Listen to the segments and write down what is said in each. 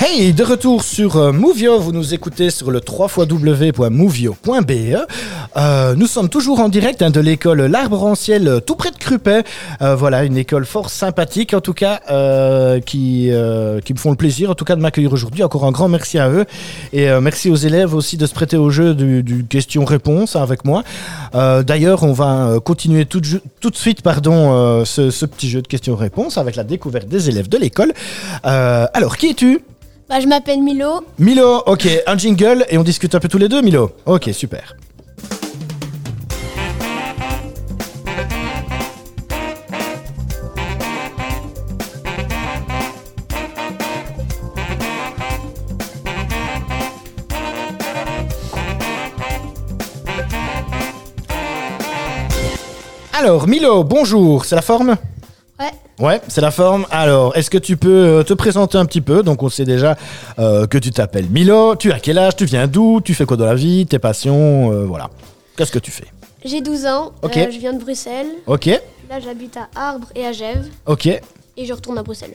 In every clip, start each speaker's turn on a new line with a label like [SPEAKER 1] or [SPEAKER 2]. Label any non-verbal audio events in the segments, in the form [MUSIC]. [SPEAKER 1] Hey, de retour sur euh, Movio, vous nous écoutez sur le 3xw.movio.be. Euh, nous sommes toujours en direct hein, de l'école L'Arbre en Ciel, euh, tout près de Crupet. Euh, voilà, une école fort sympathique en tout cas, euh, qui, euh, qui me font le plaisir en tout cas de m'accueillir aujourd'hui. Encore un grand merci à eux et euh, merci aux élèves aussi de se prêter au jeu du, du question-réponse hein, avec moi. Euh, D'ailleurs, on va euh, continuer tout, de ju- tout de suite pardon, euh, ce, ce petit jeu de questions-réponses avec la découverte des élèves de l'école. Euh, alors, qui es-tu
[SPEAKER 2] Bah, je m'appelle Milo.
[SPEAKER 1] Milo, ok, un jingle et on discute un peu tous les deux, Milo. Ok, super. Alors, Milo, bonjour, c'est la forme
[SPEAKER 2] Ouais.
[SPEAKER 1] Ouais, c'est la forme. Alors, est-ce que tu peux euh, te présenter un petit peu Donc, on sait déjà euh, que tu t'appelles Milo. Tu as quel âge Tu viens d'où Tu fais quoi dans la vie Tes passions euh, Voilà. Qu'est-ce que tu fais
[SPEAKER 2] J'ai 12 ans.
[SPEAKER 1] Ok.
[SPEAKER 2] Euh, je viens de Bruxelles.
[SPEAKER 1] Ok,
[SPEAKER 2] Là, j'habite à Arbre et à Gèves.
[SPEAKER 1] ok,
[SPEAKER 2] Et je retourne à Bruxelles.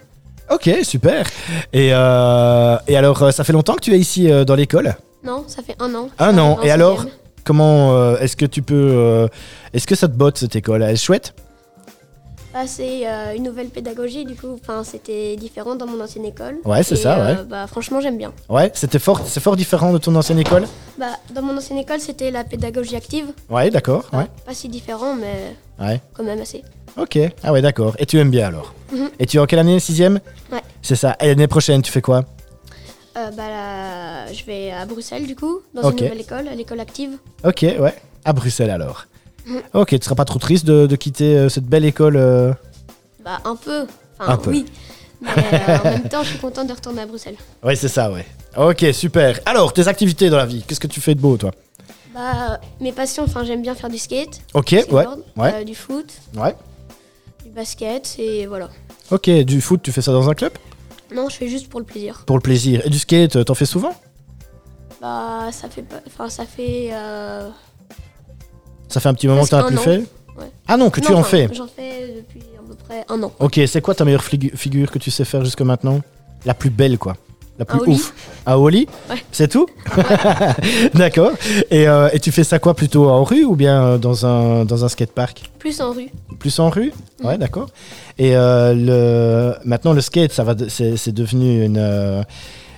[SPEAKER 1] ok, super. Et, euh, et alors, euh, ça fait longtemps que tu es ici euh, dans l'école
[SPEAKER 2] Non, ça fait un an.
[SPEAKER 1] Un an.
[SPEAKER 2] En
[SPEAKER 1] Et
[SPEAKER 2] cinquième.
[SPEAKER 1] alors, comment euh, est-ce que tu peux euh, Est-ce que ça te botte cette école Elle est chouette
[SPEAKER 2] Bah, C'est euh, une nouvelle pédagogie, du coup. Enfin, c'était différent dans mon ancienne école.
[SPEAKER 1] Ouais, c'est
[SPEAKER 2] Et,
[SPEAKER 1] ça, ouais.
[SPEAKER 2] euh, bah, franchement, j'aime bien.
[SPEAKER 1] Ouais, c'était fort, c'est fort différent de ton ancienne école.
[SPEAKER 2] Bah, dans mon ancienne école, c'était la pédagogie active.
[SPEAKER 1] Ouais, d'accord. Ouais,
[SPEAKER 2] Pas si différent, mais
[SPEAKER 1] ouais.
[SPEAKER 2] quand même assez.
[SPEAKER 1] Ok, ah ouais, d'accord. Et tu aimes bien alors
[SPEAKER 2] Mhm.
[SPEAKER 1] Et tu es en quelle année Sixième
[SPEAKER 2] Ouais.
[SPEAKER 1] C'est ça. Et l'année prochaine, tu fais quoi
[SPEAKER 2] Euh, bah, là, je vais à Bruxelles, du coup, dans
[SPEAKER 1] Ok.
[SPEAKER 2] une nouvelle école, à l'école active.
[SPEAKER 1] Ok, ouais. À Bruxelles alors.
[SPEAKER 2] Mhm.
[SPEAKER 1] Ok, tu seras pas trop triste de, de quitter euh, cette belle école euh
[SPEAKER 2] Bah, un peu. Enfin,
[SPEAKER 1] Un peu.
[SPEAKER 2] oui. Mais euh, en même temps, je suis contente de retourner à Bruxelles.
[SPEAKER 1] Ouais, c'est ça, ouais. Ok, super. Alors, tes activités dans la vie, qu'est-ce que tu fais de beau, toi
[SPEAKER 2] Bah, mes passions, enfin, j'aime bien faire du skate,
[SPEAKER 1] Ok, ouais.
[SPEAKER 2] skateboard,
[SPEAKER 1] Ouais,
[SPEAKER 2] euh, du foot,
[SPEAKER 1] ouais.
[SPEAKER 2] du basket, et voilà.
[SPEAKER 1] Ok, du foot, tu fais ça dans un club
[SPEAKER 2] Non, je fais juste pour le plaisir.
[SPEAKER 1] Pour le plaisir. Et du skate, euh, t'en fais souvent
[SPEAKER 2] Bah, ça fait, pas- enfin, ça fait. euh,
[SPEAKER 1] Ça fait un petit moment
[SPEAKER 2] Presque
[SPEAKER 1] que t'en as
[SPEAKER 2] un
[SPEAKER 1] plus
[SPEAKER 2] an.
[SPEAKER 1] fait
[SPEAKER 2] Ouais.
[SPEAKER 1] Ah non, que tu
[SPEAKER 2] non,
[SPEAKER 1] en
[SPEAKER 2] enfin,
[SPEAKER 1] fais.
[SPEAKER 2] J'en fais depuis à peu près un an.
[SPEAKER 1] Ok, c'est quoi ta meilleure fligu- figure que tu sais faire jusque maintenant La plus belle, quoi. La plus
[SPEAKER 2] Un ollie.
[SPEAKER 1] ouf. Un ollie
[SPEAKER 2] Ouais.
[SPEAKER 1] C'est tout [LAUGHS] D'accord. Et, euh, et tu fais ça quoi plutôt en rue ou bien euh, dans un, dans un skatepark
[SPEAKER 2] Plus en rue.
[SPEAKER 1] Plus en rue
[SPEAKER 2] Mhm.
[SPEAKER 1] Ouais, d'accord. Et euh, le... maintenant, le skate, ça va de- c'est c'est devenu une, euh,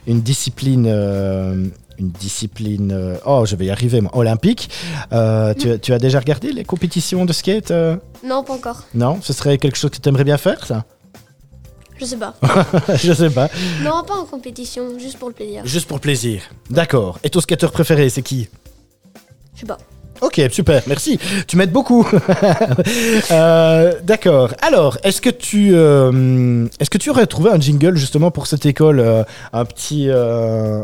[SPEAKER 1] une discipline. euh, Une discipline. euh, Oh, je vais y arriver, moi. Olympique. Euh, tu, as- tu as déjà regardé les compétitions de skate euh
[SPEAKER 2] Non, pas encore.
[SPEAKER 1] Non Ce serait quelque chose que tu aimerais bien faire, ça [LAUGHS]
[SPEAKER 2] Je sais pas.
[SPEAKER 1] Je sais pas.
[SPEAKER 2] non, pas en compétition, juste pour le plaisir.
[SPEAKER 1] Juste pour le plaisir. D'accord. Et ton skateur préféré, c'est qui
[SPEAKER 2] Je sais pas.
[SPEAKER 1] Ok, super, merci. Tu m'aides beaucoup. [LAUGHS] Euh, D'accord. Alors, est-ce que tu, euh, est-ce que tu aurais trouvé un jingle justement pour cette école, euh, un petit, euh,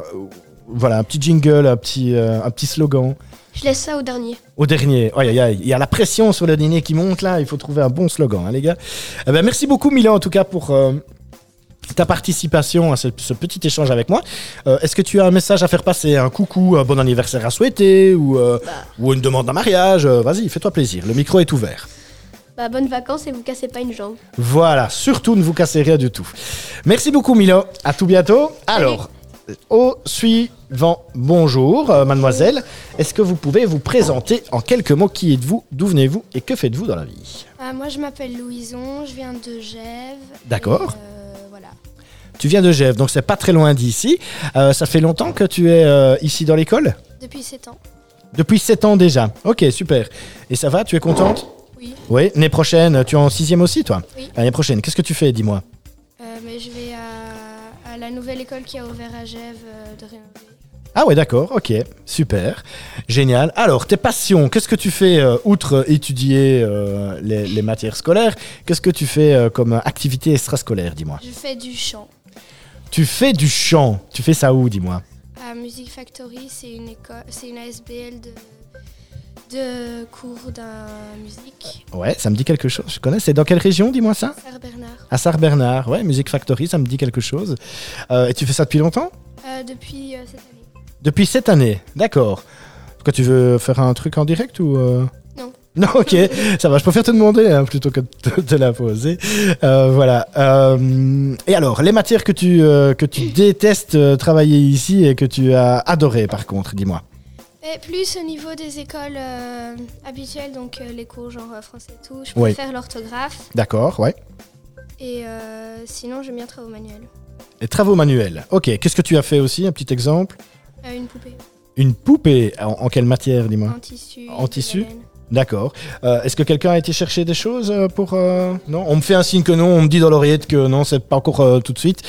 [SPEAKER 1] voilà, un petit jingle, un petit, euh, un petit slogan
[SPEAKER 2] Je laisse ça au dernier.
[SPEAKER 1] au dernier. Aïe, aïe, aïe. Il y a la pression sur le dîner qui monte là. Il faut trouver un bon slogan, hein, les gars. Eh ben, merci beaucoup, Milan, en tout cas, pour euh, ta participation à ce, ce petit échange avec moi. Euh, Est-ce que tu as un message à faire passer Un coucou, un bon anniversaire à souhaiter ou, euh, ou une demande en mariage Euh, Vas-y, fais-toi plaisir. Le micro est ouvert.
[SPEAKER 2] Bah, bonnes vacances et vous cassez pas une jambe.
[SPEAKER 1] Voilà, surtout ne vous cassez rien du tout. Merci beaucoup Milo, à tout bientôt. Alors, au suivant, bonjour euh, mademoiselle, est-ce que vous pouvez vous présenter en quelques mots qui êtes-vous, d'où venez-vous et que faites-vous dans la vie
[SPEAKER 3] Ah, moi, je m'appelle Louison, je viens de Gèves.
[SPEAKER 1] D'accord.
[SPEAKER 3] Et, euh, voilà.
[SPEAKER 1] Tu viens de Gèves, donc c'est pas très loin d'ici. Euh, ça fait longtemps que tu es euh, ici dans l'école
[SPEAKER 3] Depuis 7 ans.
[SPEAKER 1] Depuis 7 ans déjà. Ok, super. Et ça va, tu es contente
[SPEAKER 3] Oui.
[SPEAKER 1] Oui, l'année prochaine, tu es en sixième aussi toi
[SPEAKER 3] Oui.
[SPEAKER 1] L'année prochaine, qu'est-ce que tu fais, dis-moi
[SPEAKER 3] Euh, mais je vais à, à la nouvelle école qui a ouvert à Gèves euh, de rénover.
[SPEAKER 1] Ah ouais, d'accord, ok, super, génial. Alors, tes passions, qu'est-ce que tu fais euh, outre étudier euh, les, les matières scolaires Qu'est-ce que tu fais euh, comme activité extrascolaire, dis-moi
[SPEAKER 3] Je fais du chant.
[SPEAKER 1] Tu fais du chant, tu fais ça où, dis-moi
[SPEAKER 3] À Music Factory, c'est une école, c'est une ASBL de, de cours d'un musique.
[SPEAKER 1] Ouais, ça me dit quelque chose, je connais, c'est dans quelle région, dis-moi ça
[SPEAKER 3] Sarah Bernard.
[SPEAKER 1] À Sart-Bernard, ouais, Music Factory, ça me dit quelque chose. Euh, et tu fais ça depuis longtemps
[SPEAKER 3] Euh, depuis euh, cette année.
[SPEAKER 1] Depuis cette année, d'accord. Est-ce que tu veux faire un truc en direct ou... euh
[SPEAKER 3] Non.
[SPEAKER 1] [LAUGHS] Non, ok, ça va, je préfère te demander hein, plutôt que de te la poser. Euh, voilà. Euh, et alors, les matières que tu, euh, que tu détestes euh, travailler ici et que tu as adoré par contre, dis-moi.
[SPEAKER 3] Mais plus au niveau des écoles euh, habituelles, donc euh, les cours genre euh, français et tout, je
[SPEAKER 1] Oui.
[SPEAKER 3] préfère l'orthographe.
[SPEAKER 1] D'accord, ouais.
[SPEAKER 3] Et euh, sinon, j'aime bien travaux manuels.
[SPEAKER 1] Les travaux manuels. Ok, qu'est-ce que tu as fait aussi Un petit exemple
[SPEAKER 3] Euh, une poupée
[SPEAKER 1] Une poupée. En, en quelle matière, dis-moi
[SPEAKER 3] en tissu.
[SPEAKER 1] En
[SPEAKER 3] de
[SPEAKER 1] tissu
[SPEAKER 3] laine.
[SPEAKER 1] D'accord. Euh, Est-ce que quelqu'un a été chercher des choses euh, pour... euh, Non On me fait un signe que non, on me dit dans l'oreillette que non, c'est pas encore euh, tout de suite.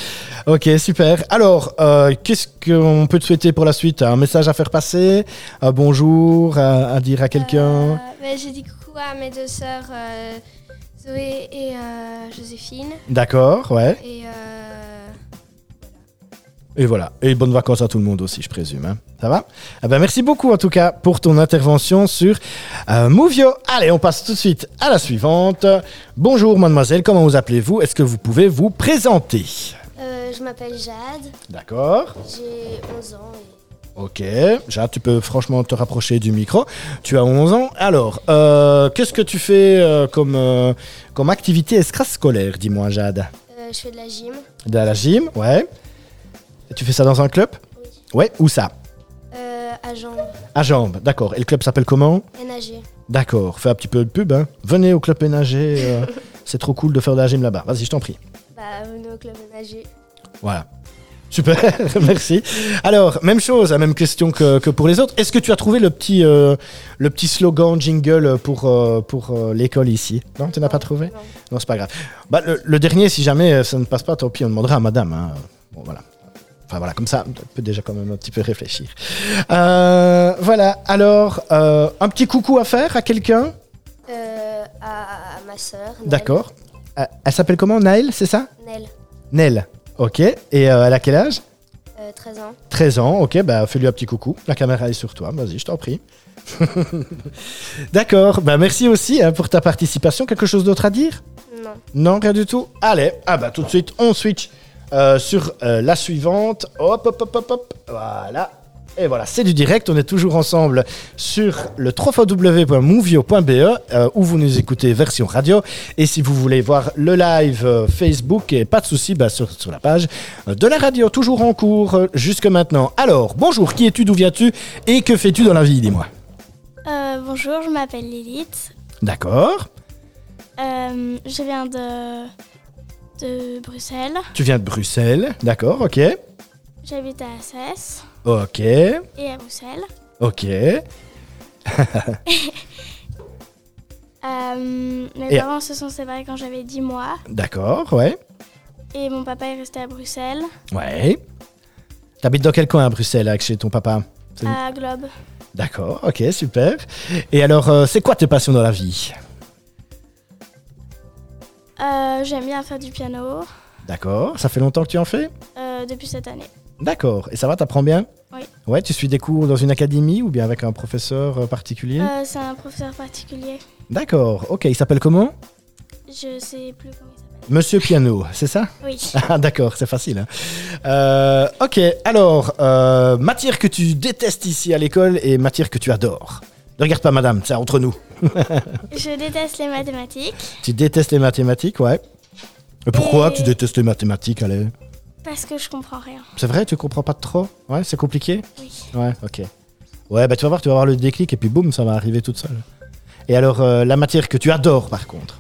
[SPEAKER 1] Ok, super. Alors, euh, qu'est-ce qu'on peut te souhaiter pour la suite Un message à faire passer Un bonjour à, à dire à quelqu'un
[SPEAKER 3] Euh,
[SPEAKER 2] bah,
[SPEAKER 3] ben, J'ai dit coucou à mes deux sœurs euh, Zoé et euh, Joséphine.
[SPEAKER 1] D'accord, ouais.
[SPEAKER 3] Et euh,
[SPEAKER 1] Et voilà. Et bonnes vacances à tout le monde aussi, je présume. hein. Ça va Eh ben, Merci beaucoup en tout cas pour ton intervention sur euh, Movio. Allez, on passe tout de suite à la suivante. Bonjour mademoiselle, comment vous appelez-vous Est-ce que vous pouvez vous présenter
[SPEAKER 4] Euh, je m'appelle Jade,
[SPEAKER 1] D'accord.
[SPEAKER 4] j'ai 11 ans et
[SPEAKER 1] Ok. Jade, tu peux franchement te rapprocher du micro. Tu as 11 ans. Alors, euh, qu'est-ce que tu fais euh, comme, euh, comme activité extrascolaire, dis-moi Jade
[SPEAKER 4] euh, je fais de la gym
[SPEAKER 1] De la gym, ouais. Et tu fais ça dans un club
[SPEAKER 4] Oui.
[SPEAKER 1] Ouais, où ça
[SPEAKER 4] euh, à jambes
[SPEAKER 1] À Jambes, d'accord. Et le club s'appelle comment
[SPEAKER 4] et nager.
[SPEAKER 1] D'accord, fais un petit peu de pub. hein. Venez au club ménager, euh, c'est trop cool de faire de la gym là-bas. Vas-y, je t'en prie.
[SPEAKER 4] Bah, venez au club de nager.
[SPEAKER 1] Voilà. Super, [LAUGHS] merci. Alors, même chose, la même question que, que pour les autres. Est-ce que tu as trouvé le petit, euh, le petit slogan jingle pour, euh, pour euh, l'école ici Non, tu n'as pas trouvé
[SPEAKER 4] Non.
[SPEAKER 1] Non, c'est pas grave. Bah, le, le dernier, si jamais euh, ça ne passe pas, tant pis, on demandera à madame. hein. Bon, voilà. Enfin, voilà, comme ça, on peut déjà quand même un petit peu réfléchir. Euh, voilà, alors, euh, un petit coucou à faire à quelqu'un
[SPEAKER 4] Euh, à, à ma sœur. Nel.
[SPEAKER 1] D'accord. Euh, Elle s'appelle comment Naël, c'est ça
[SPEAKER 4] Nel,
[SPEAKER 1] Nel. Ok. Et euh, elle a quel âge
[SPEAKER 4] euh, 13 ans.
[SPEAKER 1] 13 ans. Ok, bah fais-lui un petit coucou. La caméra est sur toi. Vas-y, je t'en prie. [LAUGHS] D'accord. Bah merci aussi hein, pour ta participation. Quelque chose d'autre à dire
[SPEAKER 4] Non.
[SPEAKER 1] Non, rien du tout. Allez, ah bah tout de suite, on switch euh, sur euh, la suivante. Hop, hop, hop, hop, hop. Voilà. Et voilà, c'est du direct. On est toujours ensemble sur le www.movio.be euh, où vous nous écoutez version radio. Et si vous voulez voir le live euh, Facebook, et pas de souci, bah, sur, sur la page euh, de la radio, toujours en cours euh, jusque maintenant. Alors, bonjour, qui es-tu, d'où viens-tu et que fais-tu dans la vie, dis-moi.
[SPEAKER 5] Euh, bonjour, je m'appelle Lilith.
[SPEAKER 1] D'accord.
[SPEAKER 5] Euh, je viens de, de Bruxelles.
[SPEAKER 1] Tu viens de Bruxelles. D'accord, ok.
[SPEAKER 5] J'habite à Assès
[SPEAKER 1] Ok.
[SPEAKER 5] et à Bruxelles.
[SPEAKER 1] Ok.
[SPEAKER 5] Euh, mes
[SPEAKER 1] Et-
[SPEAKER 5] parents se sont séparés quand j'avais 10 mois
[SPEAKER 1] D'accord, ouais.
[SPEAKER 5] et mon papa est resté à Bruxelles,
[SPEAKER 1] Ouais. T'habites dans quel coin à Bruxelles avec chez ton papa C'est-
[SPEAKER 5] à Globe.
[SPEAKER 1] D'accord, ok, super. Et alors, euh, c'est quoi tes passions dans la vie
[SPEAKER 5] Euh, J'aime bien faire du piano
[SPEAKER 1] D'accord, ça fait longtemps que tu en fais
[SPEAKER 5] euh, depuis cette année.
[SPEAKER 1] D'accord, et ça va, t'apprends bien
[SPEAKER 5] Oui.
[SPEAKER 1] Ouais, tu suis des cours dans une académie ou bien avec un professeur euh, particulier
[SPEAKER 5] Euh, C'est un professeur particulier.
[SPEAKER 1] D'accord, ok, il s'appelle comment
[SPEAKER 5] Je sais plus comment il s'appelle.
[SPEAKER 1] Monsieur Piano, c'est ça [LAUGHS]
[SPEAKER 5] Oui.
[SPEAKER 1] Ah, D'accord, c'est facile. hein. Euh, ok, alors, euh, matière que tu détestes ici à l'école et matière que tu adores. Ne regarde pas madame, c'est entre nous.
[SPEAKER 5] Je déteste les mathématiques
[SPEAKER 1] Tu détestes les mathématiques, ouais. Et pourquoi
[SPEAKER 5] Et-
[SPEAKER 1] tu détestes les mathématiques, allez
[SPEAKER 5] parce que je comprends rien.
[SPEAKER 1] C'est vrai, tu comprends pas trop Ouais, c'est compliqué
[SPEAKER 5] Oui.
[SPEAKER 1] Ouais, ok. Ouais, bah tu vas voir, tu vas avoir le déclic et puis boum, ça va arriver toute seule. Et alors, euh, la matière que tu adores par contre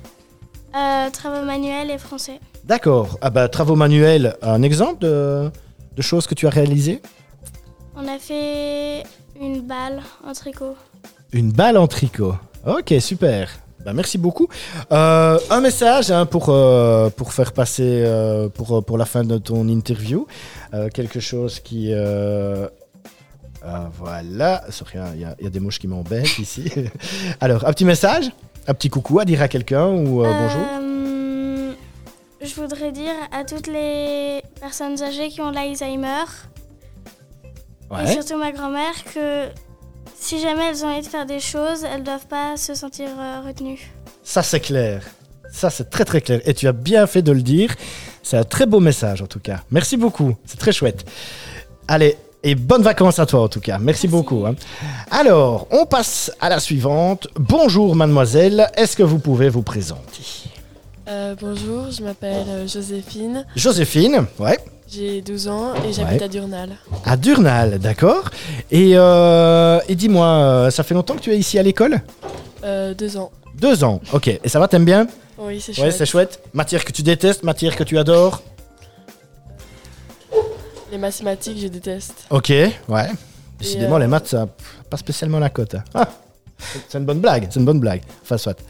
[SPEAKER 5] Euh, travaux manuels et français.
[SPEAKER 1] D'accord. Ah bah, travaux manuels, un exemple de, de choses que tu as réalisées
[SPEAKER 5] On a fait une balle en tricot.
[SPEAKER 1] Une balle en tricot. Ok, super. Bah, merci beaucoup. Euh, un message hein, pour, euh, pour faire passer euh, pour, euh, pour la fin de ton interview. Euh, quelque chose qui. euh, euh, voilà. Sorry, hein, il y, a- il y a des mouches qui m'embêtent ici. [LAUGHS] Alors, un petit message, un petit coucou à dire à quelqu'un ou euh, bonjour.
[SPEAKER 5] Euh, Je voudrais dire à toutes les personnes âgées qui ont l'Alzheimer, et
[SPEAKER 1] Ouais.
[SPEAKER 5] surtout ma grand-mère, que si jamais elles ont envie de faire des choses, elles doivent pas se sentir euh, retenues.
[SPEAKER 1] Ça, c'est clair. Ça, c'est très très clair. Et tu as bien fait de le dire. C'est un très beau message en tout cas. Merci beaucoup. C'est très chouette. Allez, Et bonnes vacances à toi en tout cas. Merci, beaucoup. hein. Alors, on passe à la suivante. Bonjour mademoiselle, est-ce que vous pouvez vous présenter
[SPEAKER 6] Euh, bonjour, je m'appelle euh, Joséphine,
[SPEAKER 1] Joséphine, ouais,
[SPEAKER 6] j'ai 12 ans et j'habite
[SPEAKER 1] Ouais.
[SPEAKER 6] à Durnal.
[SPEAKER 1] à Durnal, d'accord. Et, euh, et dis-moi, euh, ça fait longtemps que tu es ici à l'école
[SPEAKER 6] Euh, deux ans.
[SPEAKER 1] Deux ans, ok. Et ça va, t'aimes bien
[SPEAKER 6] Oui, c'est
[SPEAKER 1] Ouais,
[SPEAKER 6] chouette.
[SPEAKER 1] c'est chouette. Matière que tu détestes, matière que tu adores
[SPEAKER 6] Les mathématiques, je déteste.
[SPEAKER 1] Ok, ouais. Décidément,
[SPEAKER 6] euh,
[SPEAKER 1] les maths, ça, pff, pas spécialement la cote. hein. Ah, c'est- c'est une bonne blague, c'est une bonne blague. Enfin, soit.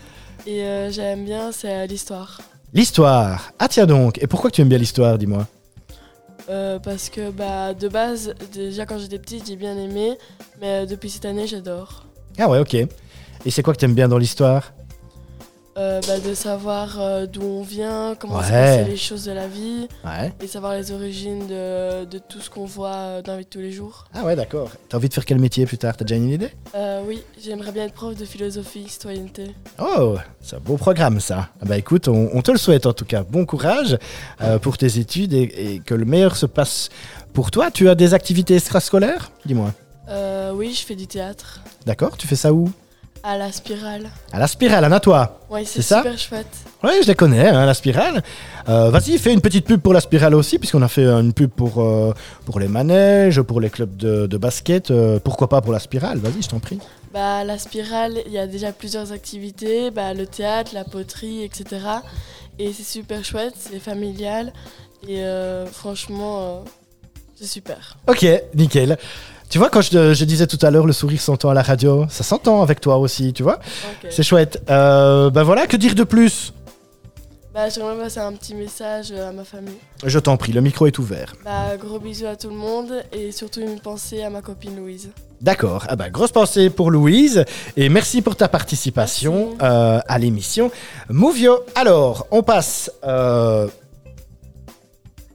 [SPEAKER 6] Et euh, j'aime bien, c'est euh, l'histoire.
[SPEAKER 1] L'histoire. Ah tiens donc, et pourquoi tu aimes bien l'histoire, dis-moi
[SPEAKER 6] Euh, parce que bah, de base, déjà quand j'étais petite, j'ai bien aimé, mais euh, depuis cette année, j'adore.
[SPEAKER 1] Ah ouais, ok. Et c'est quoi que t'aimes bien dans l'histoire
[SPEAKER 6] Euh, bah, de savoir euh, d'où on vient, comment
[SPEAKER 1] Ouais.
[SPEAKER 6] se passent les choses de la vie,
[SPEAKER 1] Ouais.
[SPEAKER 6] et savoir les origines de, de tout ce qu'on voit euh, dans la vie de tous les jours.
[SPEAKER 1] Ah ouais, d'accord. T'as envie de faire quel métier plus tard T'as déjà une idée
[SPEAKER 6] Euh, oui, j'aimerais bien être prof de philosophie, citoyenneté.
[SPEAKER 1] Oh, c'est un beau programme ça. Ah bah écoute, on, on te le souhaite en tout cas. Bon courage euh, pour tes études et, et que le meilleur se passe pour toi. Tu as des activités extrascolaires Dis-moi.
[SPEAKER 6] Euh, oui, je fais du théâtre.
[SPEAKER 1] D'accord, tu fais ça où
[SPEAKER 6] À la spirale.
[SPEAKER 1] À la spirale, à toi.
[SPEAKER 6] Ouais,
[SPEAKER 1] C'est
[SPEAKER 6] c'est
[SPEAKER 1] ça
[SPEAKER 6] super chouette.
[SPEAKER 1] Ouais, je les connais, hein, la spirale. Euh, Vas-y, fais une petite pub pour la spirale aussi, puisqu'on a fait euh, une pub pour, euh, pour les manèges, pour les clubs de, de basket. euh, pourquoi pas pour la spirale Vas-y, je t'en prie.
[SPEAKER 6] Bah, la spirale, il y a déjà plusieurs activités, bah, le théâtre, la poterie, etc. Et c'est super chouette, c'est familial. Et euh, franchement, euh, c'est super.
[SPEAKER 1] Ok, nickel. Tu vois, quand je, je disais tout à l'heure, le sourire s'entend à la radio, ça s'entend avec toi aussi, tu vois
[SPEAKER 6] Ok.
[SPEAKER 1] C'est chouette. Euh, ben voilà, que dire de plus
[SPEAKER 6] Bah, j'aimerais passer un petit message à ma famille.
[SPEAKER 1] Je t'en prie, le micro est ouvert.
[SPEAKER 6] Bah, gros bisous à tout le monde et surtout une pensée à ma copine Louise.
[SPEAKER 1] D'accord. Ah bah, grosse pensée pour Louise et merci pour ta participation
[SPEAKER 6] Merci.
[SPEAKER 1] euh, à l'émission Mouvio. Alors, on passe. euh,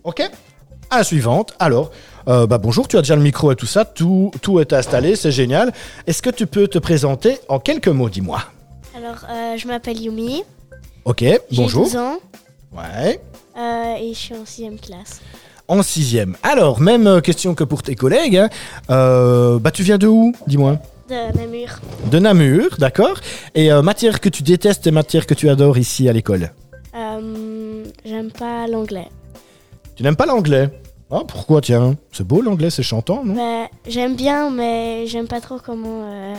[SPEAKER 1] Ok. À la suivante. Alors, euh, bah bonjour. Tu as déjà le micro et tout ça. Tout, tout est installé. C'est génial. Est-ce que tu peux te présenter en quelques mots, dis-moi.
[SPEAKER 5] Alors, euh, je m'appelle Yumi.
[SPEAKER 1] Ok.
[SPEAKER 5] j'ai
[SPEAKER 1] Bonjour.
[SPEAKER 5] 12 ans
[SPEAKER 1] Ouais.
[SPEAKER 5] euh, et je suis en 6 classe.
[SPEAKER 1] En sixième. Alors, même euh, question que pour tes collègues. hein. Euh, bah, tu viens de où, dis-moi.
[SPEAKER 5] De Namur.
[SPEAKER 1] De Namur, d'accord. Et euh, matière que tu détestes et matière que tu adores ici à l'école.
[SPEAKER 5] Euh, J'aime pas l'anglais.
[SPEAKER 1] Tu n'aimes pas l'anglais Ah, pourquoi tiens C'est beau l'anglais, c'est chantant, non
[SPEAKER 5] Bah, j'aime bien, mais j'aime pas trop comment euh,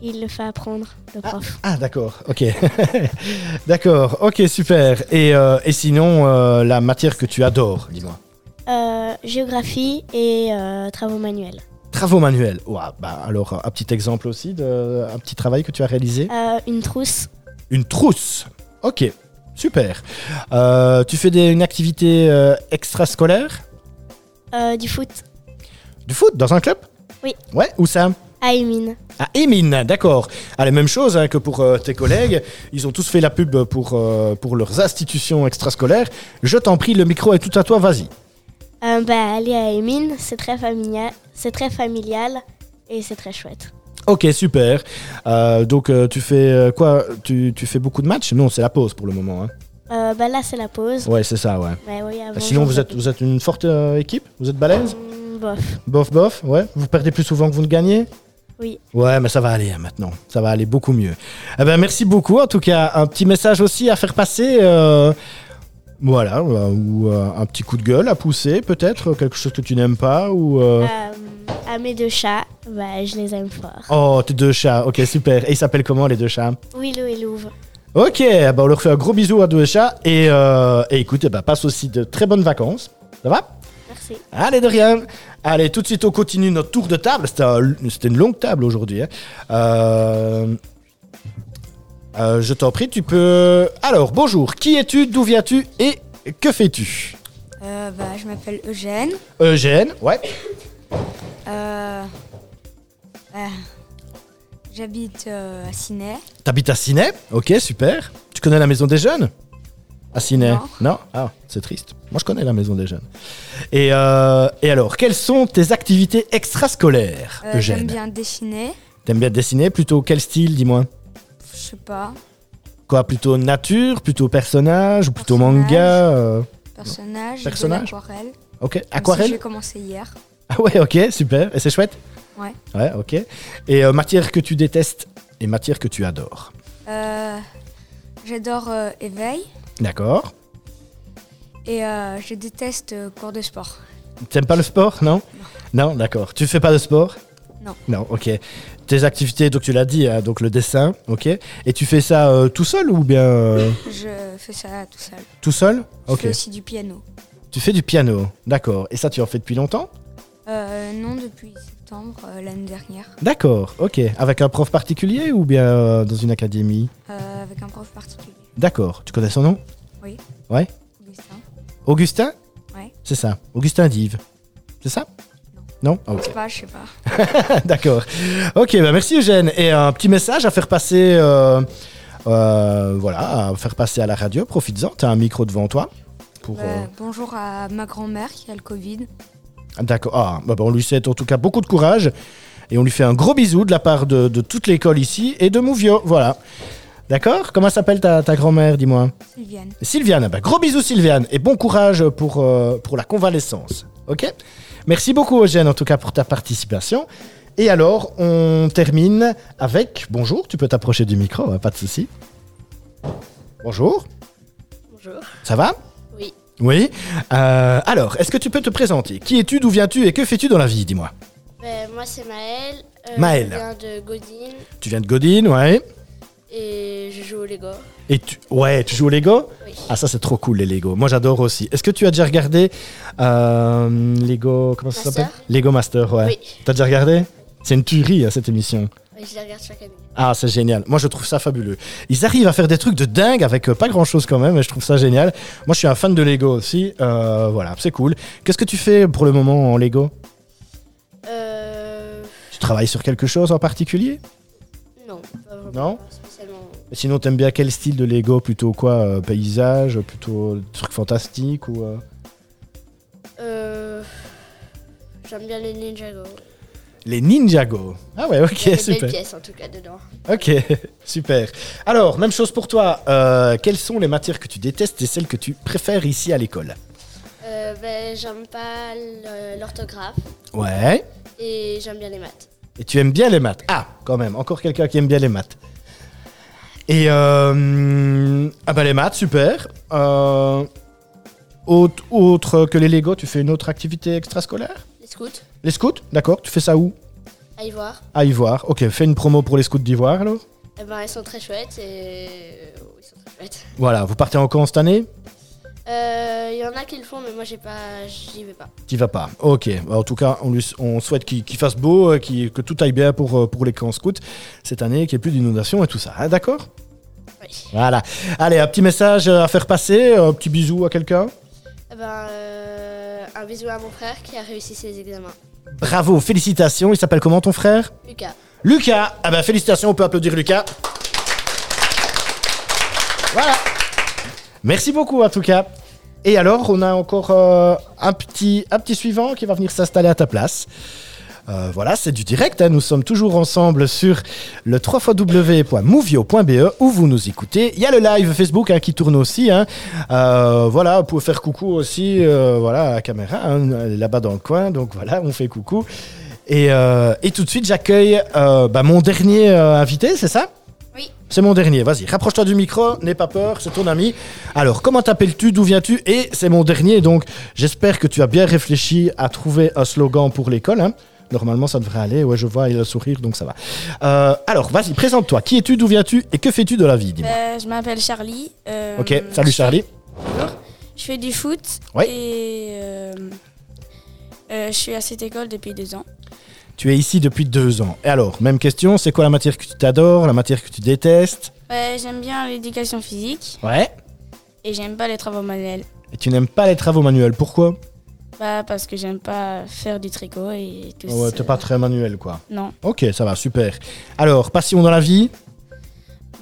[SPEAKER 5] il le fait apprendre, le prof.
[SPEAKER 1] Ah, d'accord, ok. [LAUGHS] d'accord, ok, super. Et, euh, et sinon, euh, la matière que tu adores, dis-moi.
[SPEAKER 5] Euh, géographie et euh, travaux manuels.
[SPEAKER 1] Travaux manuels. Ouah, bah, alors, un petit exemple aussi, de, un petit travail que tu as réalisé.
[SPEAKER 5] Euh, une trousse.
[SPEAKER 1] Une trousse. Ok, super. Euh, tu fais des- une activité euh, extrascolaire
[SPEAKER 5] Euh, du foot.
[SPEAKER 1] Du foot dans un club
[SPEAKER 5] Oui.
[SPEAKER 1] Ouais, où ça
[SPEAKER 5] À Emine.
[SPEAKER 1] Ah, Emin, d'accord. Ah, la même chose hein, que pour euh, tes collègues. Ils ont tous fait la pub pour, euh, pour leurs institutions extrascolaires. Je t'en prie, le micro est tout à toi, vas-y.
[SPEAKER 5] Euh, bah, aller à Emine, c'est très familial, c'est très familial et c'est très chouette.
[SPEAKER 1] Ok, super. Euh, donc, euh, tu fais euh, quoi tu, tu fais beaucoup de matchs Non, c'est la pause pour le moment. hein.
[SPEAKER 5] Euh, bah là, c'est la pause.
[SPEAKER 1] Ouais, c'est ça, ouais.
[SPEAKER 5] Mais oui, avant,
[SPEAKER 1] Bah, Sinon,
[SPEAKER 5] j'en
[SPEAKER 1] vous êtes,
[SPEAKER 5] avais-
[SPEAKER 1] vous êtes une forte euh, équipe Vous êtes balèze
[SPEAKER 5] Hmm, bof.
[SPEAKER 1] Bof, bof, ouais. Vous perdez plus souvent que vous ne gagnez
[SPEAKER 5] Oui.
[SPEAKER 1] Ouais, mais ça va aller hein, maintenant. Ça va aller beaucoup mieux. Eh ben, merci beaucoup. En tout cas, un petit message aussi à faire passer. euh, voilà, euh, ou euh, un petit coup de gueule à pousser, peut-être, euh, quelque chose que tu n'aimes pas, ou. euh,
[SPEAKER 5] Euh, à mes deux chats, bah, je les aime fort.
[SPEAKER 1] Oh, tes deux chats, ok, super. Et ils s'appellent comment les deux chats
[SPEAKER 5] Willow et Louvre.
[SPEAKER 1] Ok, eh ben, on leur fait un gros bisou à deux chats, et, euh, et écoute, eh ben, passe aussi de très bonnes vacances. Ça va
[SPEAKER 5] Merci.
[SPEAKER 1] Allez, de rien. Allez, tout de suite, on continue notre tour de table. C'était un- c'était une longue table aujourd'hui. hein. Euh, euh, je t'en prie, tu peux. Alors, bonjour. Qui es-tu D'où viens-tu Et que fais-tu
[SPEAKER 7] Euh, bah, je m'appelle Eugène.
[SPEAKER 1] Eugène, ouais.
[SPEAKER 7] Euh, euh, J'habite euh, à Ciney.
[SPEAKER 1] T'habites à Ciné Ok, super. Tu connais la maison des jeunes À Ciné
[SPEAKER 7] Non.
[SPEAKER 1] Ah, c'est triste. Moi, je connais la maison des jeunes. Et, euh, et alors, quelles sont tes activités extrascolaires,
[SPEAKER 7] Euh, J'aime
[SPEAKER 1] Eugène
[SPEAKER 7] bien dessiner.
[SPEAKER 1] T'aimes bien dessiner Plutôt quel style, dis-moi
[SPEAKER 7] Je sais pas.
[SPEAKER 1] Quoi, plutôt nature, plutôt personnage, ou plutôt
[SPEAKER 7] Personnage.
[SPEAKER 1] manga euh,
[SPEAKER 7] Personnage.
[SPEAKER 1] Personnage
[SPEAKER 7] Aquarelle.
[SPEAKER 1] Ok, aquarelle
[SPEAKER 7] J'ai commencé hier.
[SPEAKER 1] Ah ouais, ok, super. Et c'est chouette
[SPEAKER 7] Ouais.
[SPEAKER 1] Ouais, ok. Et euh, matière que tu détestes et matière que tu adores.
[SPEAKER 7] Euh, J'adore euh, éveil
[SPEAKER 1] D'accord.
[SPEAKER 7] et euh, je déteste euh, cours de sport.
[SPEAKER 1] T'aimes pas le sport, non Non, d'accord. Tu fais pas de sport
[SPEAKER 7] Non.
[SPEAKER 1] Non, ok. Tes activités, donc tu l'as dit, hein, donc le dessin, ok. Et tu fais ça euh, tout seul ou bien euh,
[SPEAKER 7] Je fais ça tout seul.
[SPEAKER 1] tout seul
[SPEAKER 7] Je
[SPEAKER 1] Ok.
[SPEAKER 7] fais aussi du piano.
[SPEAKER 1] Tu fais du piano, d'accord. Et ça, tu en fais depuis longtemps
[SPEAKER 7] Euh, non, depuis septembre euh, l'année dernière,
[SPEAKER 1] D'accord, ok. Avec un prof particulier ou bien euh, dans une académie
[SPEAKER 7] euh, avec un prof particulier,
[SPEAKER 1] D'accord. Tu connais son nom
[SPEAKER 7] Augustin.
[SPEAKER 1] Augustin
[SPEAKER 7] Ouais.
[SPEAKER 1] C'est ça. Augustin Dive. C'est ça Non Ah,
[SPEAKER 7] Je
[SPEAKER 1] ok. [LAUGHS]
[SPEAKER 7] sais pas, je sais pas.
[SPEAKER 1] D'accord. Ok, bah merci Eugène. Et un petit message à faire passer, euh, euh, voilà, à faire passer à la radio. Profites-en, t'as un micro devant toi. Pour,
[SPEAKER 7] Euh, bonjour à ma grand-mère qui a le Covid.
[SPEAKER 1] euh, D'accord. Ah, bah, bah, on lui souhaite en tout cas beaucoup de courage. Et on lui fait un gros bisou de la part de, de toute l'école ici et de Mouvio. Voilà. D'accord Comment s'appelle ta, ta grand-mère, dis-moi
[SPEAKER 7] Sylviane.
[SPEAKER 1] Sylviane. Bah, gros bisous Sylviane. Et bon courage pour, euh, pour la convalescence. Ok Merci beaucoup Eugène en tout cas pour ta participation. Et alors, on termine avec... Bonjour, tu peux t'approcher du micro, hein, pas de souci. Bonjour,
[SPEAKER 8] Bonjour.
[SPEAKER 1] ça va
[SPEAKER 8] Oui.
[SPEAKER 1] Oui. Euh, alors, est-ce que tu peux te présenter Qui es-tu, d'où viens-tu et que fais-tu dans la vie Dis-moi.
[SPEAKER 2] Euh,
[SPEAKER 8] Ben, moi, c'est Maël. Euh,
[SPEAKER 1] Maël.
[SPEAKER 8] Je viens de Godin
[SPEAKER 1] Tu viens de Godine, ouais.
[SPEAKER 8] et je joue au Lego.
[SPEAKER 1] Et tu... Ouais, tu joues au Lego
[SPEAKER 8] Oui.
[SPEAKER 1] Ah ça c'est trop cool les Lego. Moi j'adore aussi. Est-ce que tu as déjà regardé euh, Lego comment ça
[SPEAKER 8] Master
[SPEAKER 1] s'appelle Lego Master Ah, ouais.
[SPEAKER 8] Oui.
[SPEAKER 1] T'as déjà regardé C'est une tuerie hein, cette émission.
[SPEAKER 8] Et je la regarde chaque année.
[SPEAKER 1] Ah c'est génial. Moi je trouve ça fabuleux. Ils arrivent à faire des trucs de dingue avec euh, pas grand chose quand même. Et je trouve ça génial. Moi je suis un fan de Lego aussi. Euh, voilà c'est cool. Qu'est-ce que tu fais pour le moment en Lego
[SPEAKER 8] Euh.
[SPEAKER 1] Tu travailles sur quelque chose en particulier
[SPEAKER 8] Non. Pas vraiment,
[SPEAKER 1] Non
[SPEAKER 8] pas Spécialement.
[SPEAKER 1] Sinon t'aimes bien quel style de Lego Plutôt quoi euh, Paysage Plutôt des trucs fantastiques ou euh,
[SPEAKER 8] Euh. J'aime bien les Ninjago.
[SPEAKER 1] Les Ninjago. Ah ouais ok
[SPEAKER 8] Il y a des
[SPEAKER 1] super.
[SPEAKER 8] belles pièces en tout cas dedans.
[SPEAKER 1] Ok, [LAUGHS] super. Alors, même chose pour toi. Euh, quelles sont les matières que tu détestes et celles que tu préfères ici à l'école
[SPEAKER 8] Euh, ben, j'aime pas le- l'orthographe
[SPEAKER 1] Ouais.
[SPEAKER 8] et j'aime bien les maths.
[SPEAKER 1] Et tu aimes bien les maths Ah, quand même, encore quelqu'un qui aime bien les maths. Et euh, ah bah les maths, super. Euh, autre, autre que les Lego, tu fais une autre activité extrascolaire
[SPEAKER 8] Les scouts,
[SPEAKER 1] Les scouts, d'accord. Tu fais ça où
[SPEAKER 8] à y voir.
[SPEAKER 1] À Ivoire. Ok, fais une promo pour les scouts d'Ivoire alors.
[SPEAKER 8] Eh ben, ils sont très chouettes et. euh, Ils sont très chouettes.
[SPEAKER 1] Voilà, vous partez en camp cette année
[SPEAKER 8] Euh, Il y en a qui le font, mais moi, j'ai pas. J'y vais pas.
[SPEAKER 1] Qui va pas. Ok. Bah, En tout cas, on, lui, on souhaite qu'il qu'il fasse beau, euh, qu'il- que tout aille bien pour, euh, pour les camps scouts cette année, qu'il n'y ait plus d'inondations et tout ça. hein, D'accord
[SPEAKER 8] Oui.
[SPEAKER 1] Voilà. Allez, un petit message euh, à faire passer, un petit bisou à quelqu'un.
[SPEAKER 8] Eh ben, euh, un bisou à mon frère qui a réussi ses examens.
[SPEAKER 1] Bravo, félicitations. Il s'appelle comment ton frère
[SPEAKER 8] Lucas.
[SPEAKER 1] Lucas. Ah bah félicitations, on peut applaudir Lucas. Voilà. Merci beaucoup en tout cas. Et alors, on a encore euh, un, petit, un petit suivant qui va venir s'installer à ta place. Euh, voilà, c'est du direct. hein. Nous sommes toujours ensemble sur le 3xw.movio.be où vous nous écoutez. Il y a le live Facebook hein, qui tourne aussi. hein. Euh, voilà, vous pouvez faire coucou aussi euh, voilà, à la caméra, hein, elle est là-bas dans le coin. Donc voilà, on fait coucou. Et, euh, et tout de suite, j'accueille euh, bah, mon dernier euh, invité, c'est ça
[SPEAKER 8] Oui.
[SPEAKER 1] C'est mon dernier, vas-y, rapproche-toi du micro, n'aie pas peur, c'est ton ami. Alors, comment t'appelles-tu, d'où viens-tu Et c'est mon dernier, donc j'espère que tu as bien réfléchi à trouver un slogan pour l'école. hein. Normalement, ça devrait aller, ouais, je vois, il a le sourire, donc ça va. Euh, alors, vas-y, présente-toi, qui es-tu, d'où viens-tu et que fais-tu de la vie, dis-moi.
[SPEAKER 7] Euh, je m'appelle Charlie. euh,
[SPEAKER 9] Euh,
[SPEAKER 1] ok, salut Charlie.
[SPEAKER 7] Je fais du foot.
[SPEAKER 1] Ouais.
[SPEAKER 7] Et euh, je suis à cette école depuis deux ans.
[SPEAKER 1] Tu es ici depuis deux ans. Et alors, même question, c'est quoi la matière que tu t'adores, la matière que tu détestes
[SPEAKER 7] j'aime bien l'éducation physique
[SPEAKER 1] Ouais.
[SPEAKER 7] et j'aime pas les travaux manuels.
[SPEAKER 1] Et tu n'aimes pas les travaux manuels, pourquoi
[SPEAKER 7] Pas parce que j'aime pas faire du tricot et tout
[SPEAKER 1] Ouais, t'es pas très manuel, quoi.
[SPEAKER 7] Non,
[SPEAKER 1] Ok, ça va, super. Alors, passion dans la vie,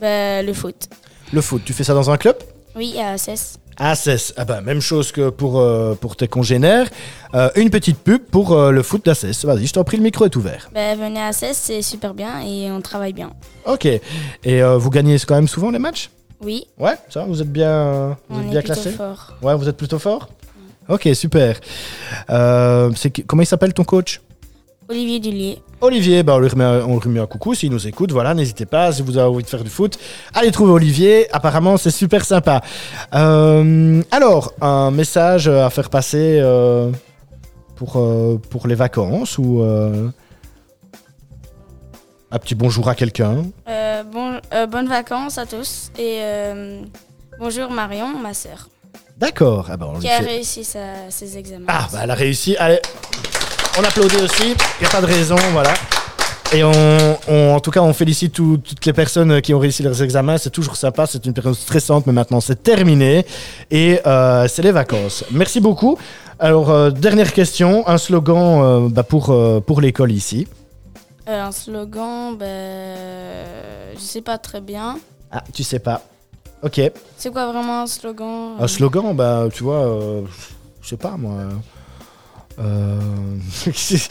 [SPEAKER 7] bah, le foot.
[SPEAKER 1] le foot. Tu fais ça dans un club
[SPEAKER 7] Oui, à ASS.
[SPEAKER 1] ACES, ah bah, même chose que pour, euh, pour tes congénères. Euh, une petite pub pour euh, le foot d'ACES. Vas-y, je t'en prie, le micro est ouvert.
[SPEAKER 7] Bah, venez à ASS, c'est super bien et on travaille bien.
[SPEAKER 1] Ok. Et euh, vous gagnez quand même souvent les matchs
[SPEAKER 7] Oui,
[SPEAKER 1] Ouais, ça va, vous êtes bien, euh, vous
[SPEAKER 7] on
[SPEAKER 1] êtes
[SPEAKER 7] est
[SPEAKER 1] bien
[SPEAKER 7] plutôt
[SPEAKER 1] classé
[SPEAKER 7] fort.
[SPEAKER 1] Ouais, vous êtes plutôt fort Ok, super. Euh, c'est qui- comment il s'appelle ton coach
[SPEAKER 9] Olivier Dulier.
[SPEAKER 1] Olivier, bah, on, lui remet un, on lui remet un coucou s'il nous écoute. Voilà, n'hésitez pas, si vous avez envie de faire du foot, allez trouver Olivier. Apparemment, c'est super sympa. Euh, alors, un message à faire passer euh, pour, euh, pour les vacances ou euh, un petit bonjour à quelqu'un
[SPEAKER 9] Euh, bon, euh, bonnes vacances à tous et euh, bonjour Marion, ma sœur,
[SPEAKER 1] D'accord. Ah, bah, on lui
[SPEAKER 9] qui a
[SPEAKER 1] fait-
[SPEAKER 9] réussi sa- ses examens.
[SPEAKER 1] Ah, bah elle a réussi. Allez, on applaudit aussi. Il n'y a pas de raison, voilà. Et on, on- en tout cas, on félicite tout- toutes les personnes qui ont réussi leurs examens. C'est toujours sympa. C'est une période stressante, mais maintenant c'est terminé. Et euh, c'est les vacances. Merci beaucoup. Alors, euh, dernière question. Un slogan euh, bah, pour, euh, pour l'école ici.
[SPEAKER 9] Euh, un slogan, ben, euh, je sais pas très bien.
[SPEAKER 1] Ah, tu sais pas. Ok.
[SPEAKER 9] C'est quoi vraiment un slogan euh?
[SPEAKER 1] Un slogan, bah, tu vois, euh, je sais pas moi. Euh, [LAUGHS] c'est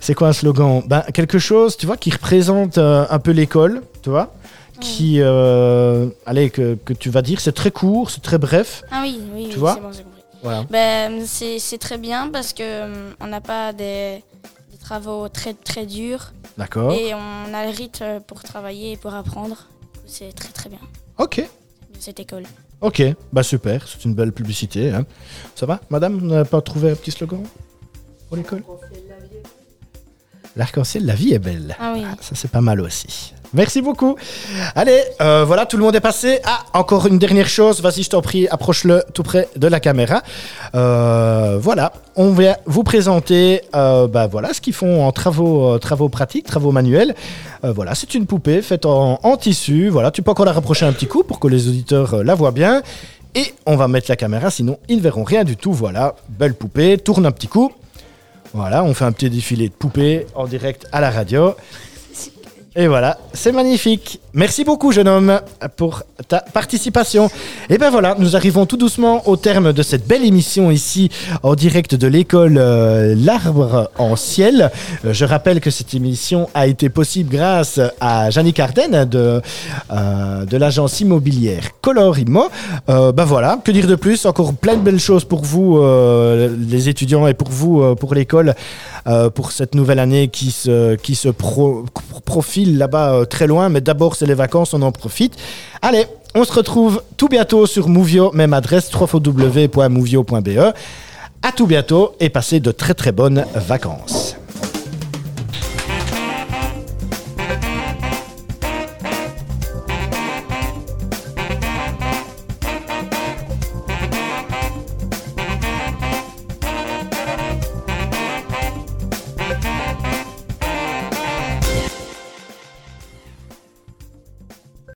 [SPEAKER 1] c'est quoi un slogan bah, Quelque chose, tu vois, qui représente euh, un peu l'école, tu vois qui, euh, allez, que, que tu vas dire, c'est très court, c'est très bref.
[SPEAKER 9] Ah oui, oui,
[SPEAKER 1] Tu
[SPEAKER 9] oui,
[SPEAKER 1] vois
[SPEAKER 9] c'est bon, j'ai compris.
[SPEAKER 1] Voilà.
[SPEAKER 9] Ben, c'est c'est très bien parce que euh, on n'a pas des, des travaux très très durs
[SPEAKER 1] D'accord.
[SPEAKER 9] et on a le rythme pour travailler et pour apprendre. C'est très très bien
[SPEAKER 1] Ok,
[SPEAKER 9] de cette école.
[SPEAKER 1] ok, bah super, c'est une belle publicité. hein. Ça va, madame, vous n'avez pas trouvé un petit slogan pour l'école L'arc-en-ciel, la vie est belle.
[SPEAKER 9] Ah oui.
[SPEAKER 1] Ça, c'est pas mal aussi. Merci beaucoup. Allez, euh, voilà, tout le monde est passé. Ah, encore une dernière chose. Vas-y, je t'en prie, approche-le tout près de la caméra. Euh, voilà, on va vous présenter euh, bah, voilà, ce qu'ils font en travaux, euh, travaux pratiques, travaux manuels. Euh, voilà, c'est une poupée faite en, en tissu. Voilà, tu peux encore la rapprocher un petit coup pour que les auditeurs euh, la voient bien. Et on va mettre la caméra, sinon ils ne verront rien du tout. Voilà, belle poupée, tourne un petit coup. Voilà, on fait un petit défilé de poupées en direct à la radio. Et voilà, c'est magnifique. Merci beaucoup, jeune homme, pour ta participation. Et ben voilà, nous arrivons tout doucement au terme de cette belle émission ici en direct de l'école euh, L'Arbre en Ciel. Euh, je rappelle que cette émission a été possible grâce à Jannick Arden de, euh, de l'agence immobilière Colorimo. Euh, ben voilà, que dire de plus Encore plein de belles choses pour vous, euh, les étudiants, et pour vous, euh, pour l'école, euh, pour cette nouvelle année qui se, qui se pro- profile là-bas euh, très loin. Mais d'abord, c'est les vacances, on en profite. Allez, on se retrouve tout bientôt sur Mouvio, même adresse www.mouvio.be. À tout bientôt et passez de très très bonnes vacances.